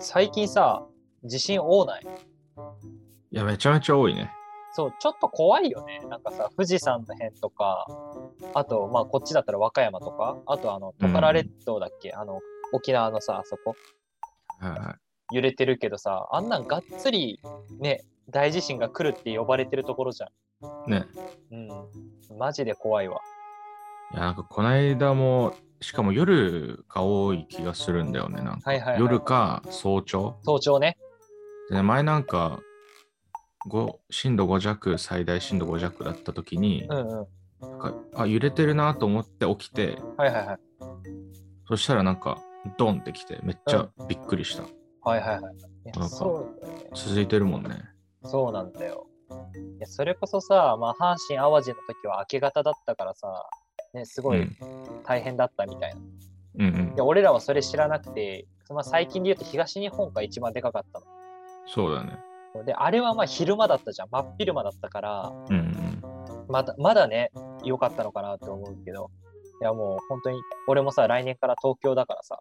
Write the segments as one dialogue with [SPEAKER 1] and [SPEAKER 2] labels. [SPEAKER 1] 最近さ、地震多ない。
[SPEAKER 2] いや、めちゃめちゃ多いね。
[SPEAKER 1] そう、ちょっと怖いよね。なんかさ、富士山の辺とか、あと、まあ、こっちだったら和歌山とか、あと、あの、トカラ列島だっけ、あの、沖縄のさ、あそこ、
[SPEAKER 2] はいはい
[SPEAKER 1] 揺れてるけどさ、あんなんがっつり、ね、大地震が来るって呼ばれてるところじゃ
[SPEAKER 2] ね。
[SPEAKER 1] ん。うん。マジで怖いわ。
[SPEAKER 2] いや、なんかこないだも、しかも夜が多い気がするんだよね。なんか
[SPEAKER 1] はいはい、はい。
[SPEAKER 2] 夜か早朝。
[SPEAKER 1] 早朝ね。
[SPEAKER 2] でね、前なんか、ご震度5弱、最大震度5弱だった時に
[SPEAKER 1] う、んうん。
[SPEAKER 2] なんかあ、揺れてるなと思って起きて、
[SPEAKER 1] はいはいはい。
[SPEAKER 2] そしたらなんか、ドンってきて、めっちゃびっくりした。
[SPEAKER 1] はいはいはい。い
[SPEAKER 2] な
[SPEAKER 1] や
[SPEAKER 2] んか
[SPEAKER 1] そうだよね。
[SPEAKER 2] 続いてるもんね。
[SPEAKER 1] そうなんだよ。いやそれこそさ、まあ、阪神・淡路の時は明け方だったからさ、ね、すご
[SPEAKER 2] う
[SPEAKER 1] い
[SPEAKER 2] ん。
[SPEAKER 1] 大変だったみたいな。
[SPEAKER 2] うんうん
[SPEAKER 1] で、。俺らはそれ知らなくて、まあ、最近で言うと東日本が一番でかかった
[SPEAKER 2] そうだね。
[SPEAKER 1] の。で、あれはまあ昼間だったじゃん、真っ昼間だったから、
[SPEAKER 2] うんうん。
[SPEAKER 1] まだまだね、良かったのかなって思うけど、いやもう本当に、俺もさ、来年から東京だからさ、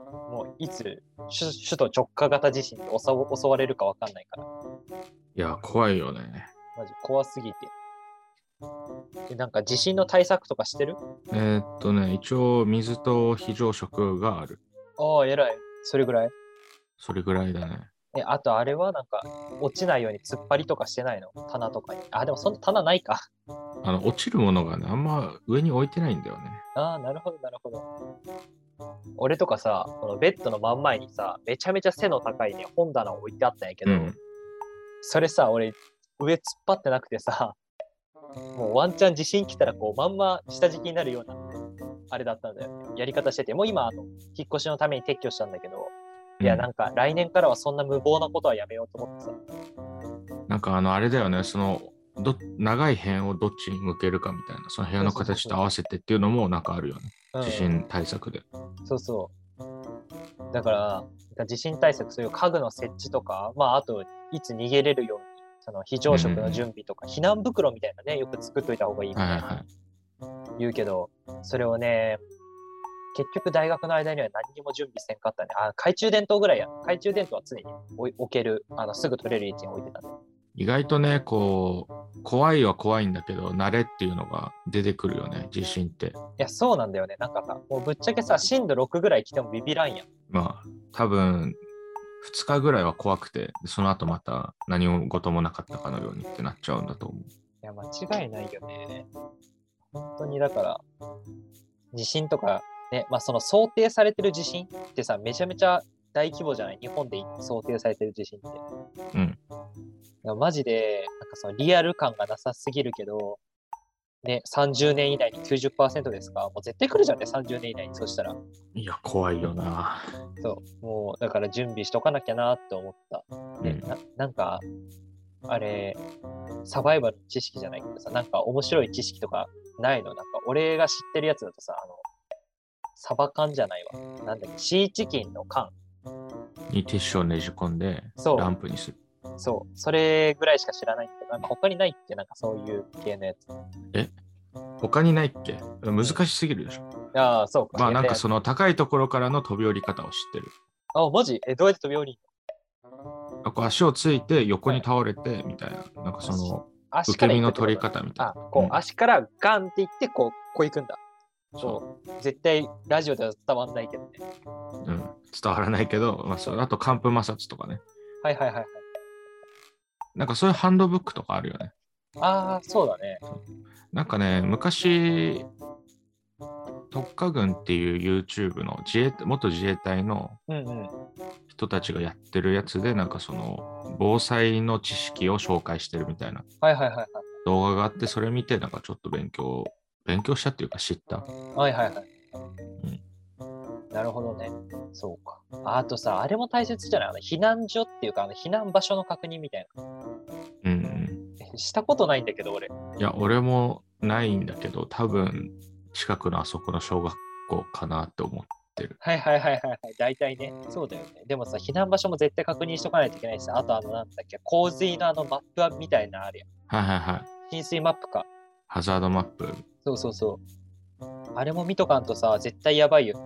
[SPEAKER 1] もういつ首首都直下型地震に襲わ襲われるかわかんないから。
[SPEAKER 2] いや、怖いよね。
[SPEAKER 1] マジ怖すぎて。えなんか地震の対策とかしてる
[SPEAKER 2] えーっとね、一応水と非常食がある。
[SPEAKER 1] ああ、偉い。それぐらい
[SPEAKER 2] それぐらいだね。
[SPEAKER 1] え、あとあれはなんか落ちないように突っ張りとかしてないの棚とかに。あ、でもそんな棚ないか。
[SPEAKER 2] あの、落ちるものがね、あんま上に置いてないんだよね。
[SPEAKER 1] ああ、なるほど、なるほど。俺とかさ、このベッドの真ん前にさ、めちゃめちゃ背の高いね、本棚を置いてあったんやけど、
[SPEAKER 2] うん
[SPEAKER 1] それさ、俺、上突っ張ってなくてさ、 もうワンチャン地震来たらこうまんま下敷きになるようなあれだったんだよ。やり方してて、もう今あの、引っ越しのために撤去したんだけど、いや、なんか来年からはそんな無謀なことはやめようと思ってさ。
[SPEAKER 2] なんかあの、あれだよね、その、ど長い辺をどっちに向けるかみたいな、その部屋の形と合わせてっていうのもなんかあるよね。
[SPEAKER 1] うん
[SPEAKER 2] 地震対策で。
[SPEAKER 1] そうそう。だから、地震対策、そういう家具の設置とか、まあ、あと、いつ逃げれるように、その非常食の準備とか、避難袋みたいなね、よく作っといた方がいいみた
[SPEAKER 2] はいいはい
[SPEAKER 1] な
[SPEAKER 2] はい。
[SPEAKER 1] 言うけど、それをね、結局大学の間には何にも準備せんかったね。あ、懐中電灯ぐらいや。懐中電灯は常に置い置ける、あのすぐ取れる位置に置いてたね。
[SPEAKER 2] 意外とね、こう、怖いは怖いんだけど、慣れっていうのが出てくるよね、地震って。
[SPEAKER 1] いや、そうなんだよね。なんかさ、もうぶっちゃけさ、震度6ぐらい来てもビビらんやん。
[SPEAKER 2] まあ、多分、2日ぐらいは怖くて、その後また何事もなかったかのようにってなっちゃうんだと思う。
[SPEAKER 1] いや、間違いないよね。本当にだから、地震とか、ね、まあその想定されてる地震ってさ、めちゃめちゃ大規模じゃない日本で想定されてる地震って。
[SPEAKER 2] うん。
[SPEAKER 1] マジで、なんかそのリアル感がなさすぎるけど、ね、30年以内に90%ですかもう絶対来るじゃんね、30年以内に。そしたら。
[SPEAKER 2] いや、怖いよな。
[SPEAKER 1] そう。もう、だから準備しとかなきゃなって思った。
[SPEAKER 2] う
[SPEAKER 1] ね
[SPEAKER 2] ん
[SPEAKER 1] ななんかあれサバイバルの知識じゃないけどさなんか面白い知識とかないのなんか俺が知ってるやつだとさあのサバ缶じゃないわなんだっけシーチキンの缶
[SPEAKER 2] にティッシュをねじ込んで、
[SPEAKER 1] そう
[SPEAKER 2] ランプにする。
[SPEAKER 1] そうそれぐらいしか知らないんだけどなんか他にないってなんかそういう系のやつ
[SPEAKER 2] 他にないっけ難しすぎるでしょ。
[SPEAKER 1] ああそうか
[SPEAKER 2] まあなんか
[SPEAKER 1] そ
[SPEAKER 2] その高いところからの飛び降り方を知ってる。
[SPEAKER 1] あマジえどうやって飛び降りんの
[SPEAKER 2] あこう足をついて横に倒れてみたいな。なんかその
[SPEAKER 1] 足
[SPEAKER 2] 受
[SPEAKER 1] か
[SPEAKER 2] け
[SPEAKER 1] ら
[SPEAKER 2] 身
[SPEAKER 1] 行く
[SPEAKER 2] の
[SPEAKER 1] ってこと
[SPEAKER 2] 取り方みたい
[SPEAKER 1] あ
[SPEAKER 2] な。
[SPEAKER 1] こ
[SPEAKER 2] うん
[SPEAKER 1] う足からガンっていってこうこう行くんだ
[SPEAKER 2] そ
[SPEAKER 1] そう絶対ラジオでは伝わんないけどね
[SPEAKER 2] う、うん。伝わらないけど、まあ、そうあと寒風摩擦とかね。
[SPEAKER 1] はいはいはいはい
[SPEAKER 2] なんかそういうハンドブックとかあるよね。
[SPEAKER 1] ああそうだね
[SPEAKER 2] なんかね、昔、特化軍っていう YouTube の自衛元自衛隊の
[SPEAKER 1] うんうん
[SPEAKER 2] 人たちがやってるやつで、なんかその防災の知識を紹介してるみたいな
[SPEAKER 1] はいはいはいはい
[SPEAKER 2] 動画があって、それ見て、なんかちょっと勉強、勉強したっていうか知った。
[SPEAKER 1] はいはいはい。なるほどね。そうか。ああとさ、あれも大切じゃないあの避難所っていうか、あの避難場所の確認みたいな。
[SPEAKER 2] うんうん。
[SPEAKER 1] えしたことないんだけど、俺。
[SPEAKER 2] いや、俺もないんだけど、多分、近くのあそこの小学校かなって思う。
[SPEAKER 1] はいはいはいはいはい。大体ね。そうだよね。でもさ、避難場所も絶対確認しとかないといけないしさ、あとあの、なんだっけ、洪水のあのマップみたいなのあるやん。
[SPEAKER 2] はいはいはい。
[SPEAKER 1] 浸水マップか。
[SPEAKER 2] ハザードマップ。
[SPEAKER 1] そうそうそう。あれも見とかんとさ、絶対やばいよ。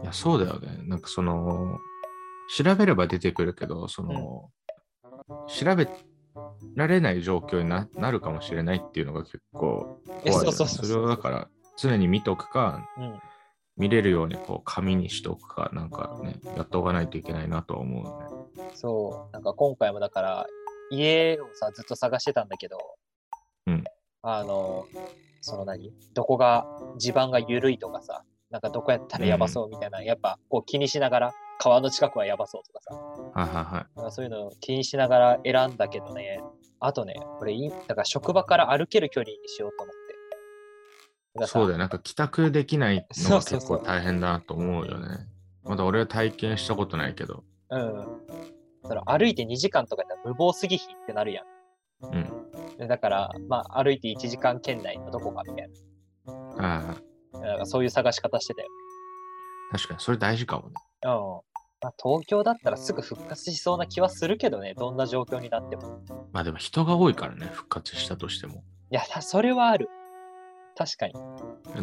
[SPEAKER 2] いや、そうだよね。なんかその、調べれば出てくるけど、その、調べられない状況にななるかもしれないっていうのが結構怖い
[SPEAKER 1] え
[SPEAKER 2] よ
[SPEAKER 1] そう
[SPEAKER 2] ね、
[SPEAKER 1] そうそうそう
[SPEAKER 2] れをだから、常に見ておくか、
[SPEAKER 1] うん。
[SPEAKER 2] 見れるようにこう紙にしておくか、なんかね、やっておかないといけないなとは思うね。
[SPEAKER 1] そう。なんか今回もだから、家をさ、ずっと探してたんだけど、
[SPEAKER 2] うん
[SPEAKER 1] あの、その何どこが、地盤が緩いとかさ、なんかどこやったらやばそうみたいな、やっぱこう気にしながら、川の近くはやばそうとかさ、
[SPEAKER 2] はいはいはい。
[SPEAKER 1] なんかそういうのを気にしながら選んだけどね、あとね、これいい、だから職場から歩ける距離にしようと思って。だか
[SPEAKER 2] そう
[SPEAKER 1] らさ
[SPEAKER 2] だよ、なんか帰宅できないの
[SPEAKER 1] そう
[SPEAKER 2] が
[SPEAKER 1] そう
[SPEAKER 2] 結
[SPEAKER 1] そう
[SPEAKER 2] 構大変だなと思うよね。まだ俺は体験したことないけど。
[SPEAKER 1] うん。その歩いて2時間とかやったら無謀すぎひってなるや
[SPEAKER 2] うん。
[SPEAKER 1] ん。でだから、まあ、歩いて1時間圏内のどこかみたい
[SPEAKER 2] はいはい。
[SPEAKER 1] な。なんかそういう探し方してたよ。
[SPEAKER 2] 確かに、それ大事かもね。
[SPEAKER 1] うん。まあ、東京だったらすぐ復活しそうな気はするけどね、どんな状況になっても。
[SPEAKER 2] まあでも人が多いからね、復活したとしても。
[SPEAKER 1] いや、たそれはある。確かに。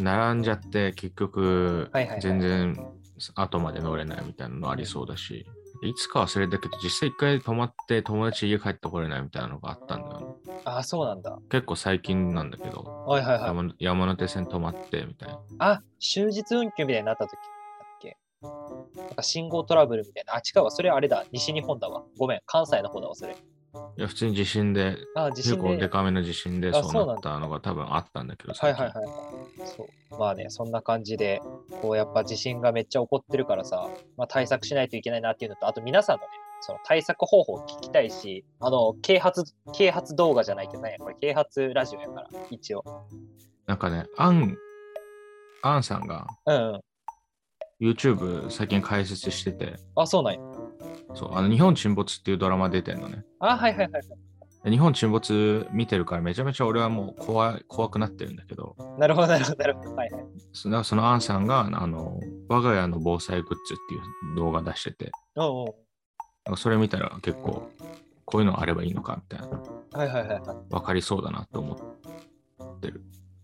[SPEAKER 2] 並んじゃって、結局
[SPEAKER 1] はいはいはい、
[SPEAKER 2] 全然後まで乗れないみたいなのありそうだし。いつか忘れたけど、実際一回泊まって友達家帰ってこれないみたいなのがあったんだよ。
[SPEAKER 1] ああ、そうなんだ。
[SPEAKER 2] 結構最近なんだけど、
[SPEAKER 1] はいはいはい。
[SPEAKER 2] 山山手線泊まってみたいな。
[SPEAKER 1] あ、終日運休みたいになった時だっけなんか信号トラブルみたいな。あ、違うわ。それあれだ。西日本だわ。ごめん。関西の方だわ、それ。
[SPEAKER 2] いや、普通に地震で
[SPEAKER 1] あ、地
[SPEAKER 2] 結
[SPEAKER 1] 震
[SPEAKER 2] 構
[SPEAKER 1] で
[SPEAKER 2] デ。カめの地震で
[SPEAKER 1] あ
[SPEAKER 2] そう
[SPEAKER 1] そうな
[SPEAKER 2] な
[SPEAKER 1] ん
[SPEAKER 2] っ
[SPEAKER 1] だ
[SPEAKER 2] たのが多分あったんだけど、
[SPEAKER 1] はい
[SPEAKER 2] 最
[SPEAKER 1] はい
[SPEAKER 2] 近
[SPEAKER 1] はい。そう。まあね、そんな感じで、こうやっぱ地震がめっちゃ起こってるからさ、まあ対策しないといけないなっていうのと、あと皆さんのね、その対策方法を聞きたいし、あの、啓発、啓発動画じゃないけどね、これ啓発ラジオやから、一応。
[SPEAKER 2] なんかね、アン、アンさんが
[SPEAKER 1] うん、うん。
[SPEAKER 2] YouTube 最近解説してて、
[SPEAKER 1] あ、そうなんや。
[SPEAKER 2] そう、あの、日本沈没っていうドラマ出てんのね。
[SPEAKER 1] あ、はいはいはいはい。
[SPEAKER 2] で日本沈没見てるからめちゃめちゃ俺はもう怖い、怖くなってるんだけど、
[SPEAKER 1] なるほど、なるほど、なるほど。はいはい。
[SPEAKER 2] そのそのアンさんが、あの、我が家の防災グッズっていう動画出してて、
[SPEAKER 1] うんう
[SPEAKER 2] なんかそれ見たら結構、こういうのあればいいのかみたいな、
[SPEAKER 1] ん。はいはいはいはい。
[SPEAKER 2] わかりそうだなと思って。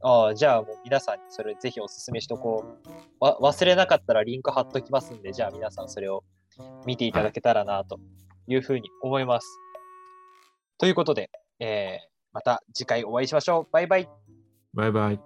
[SPEAKER 1] ああ、じゃあもう皆さんにそれぜひおすすめしとこう。わ忘れなかったらリンク貼っときますんで、じゃあ皆さんそれを見ていただけたらなというふうに思います。ということで、えーまた次回お会いしましょう。バイバイ。
[SPEAKER 2] バイバイ。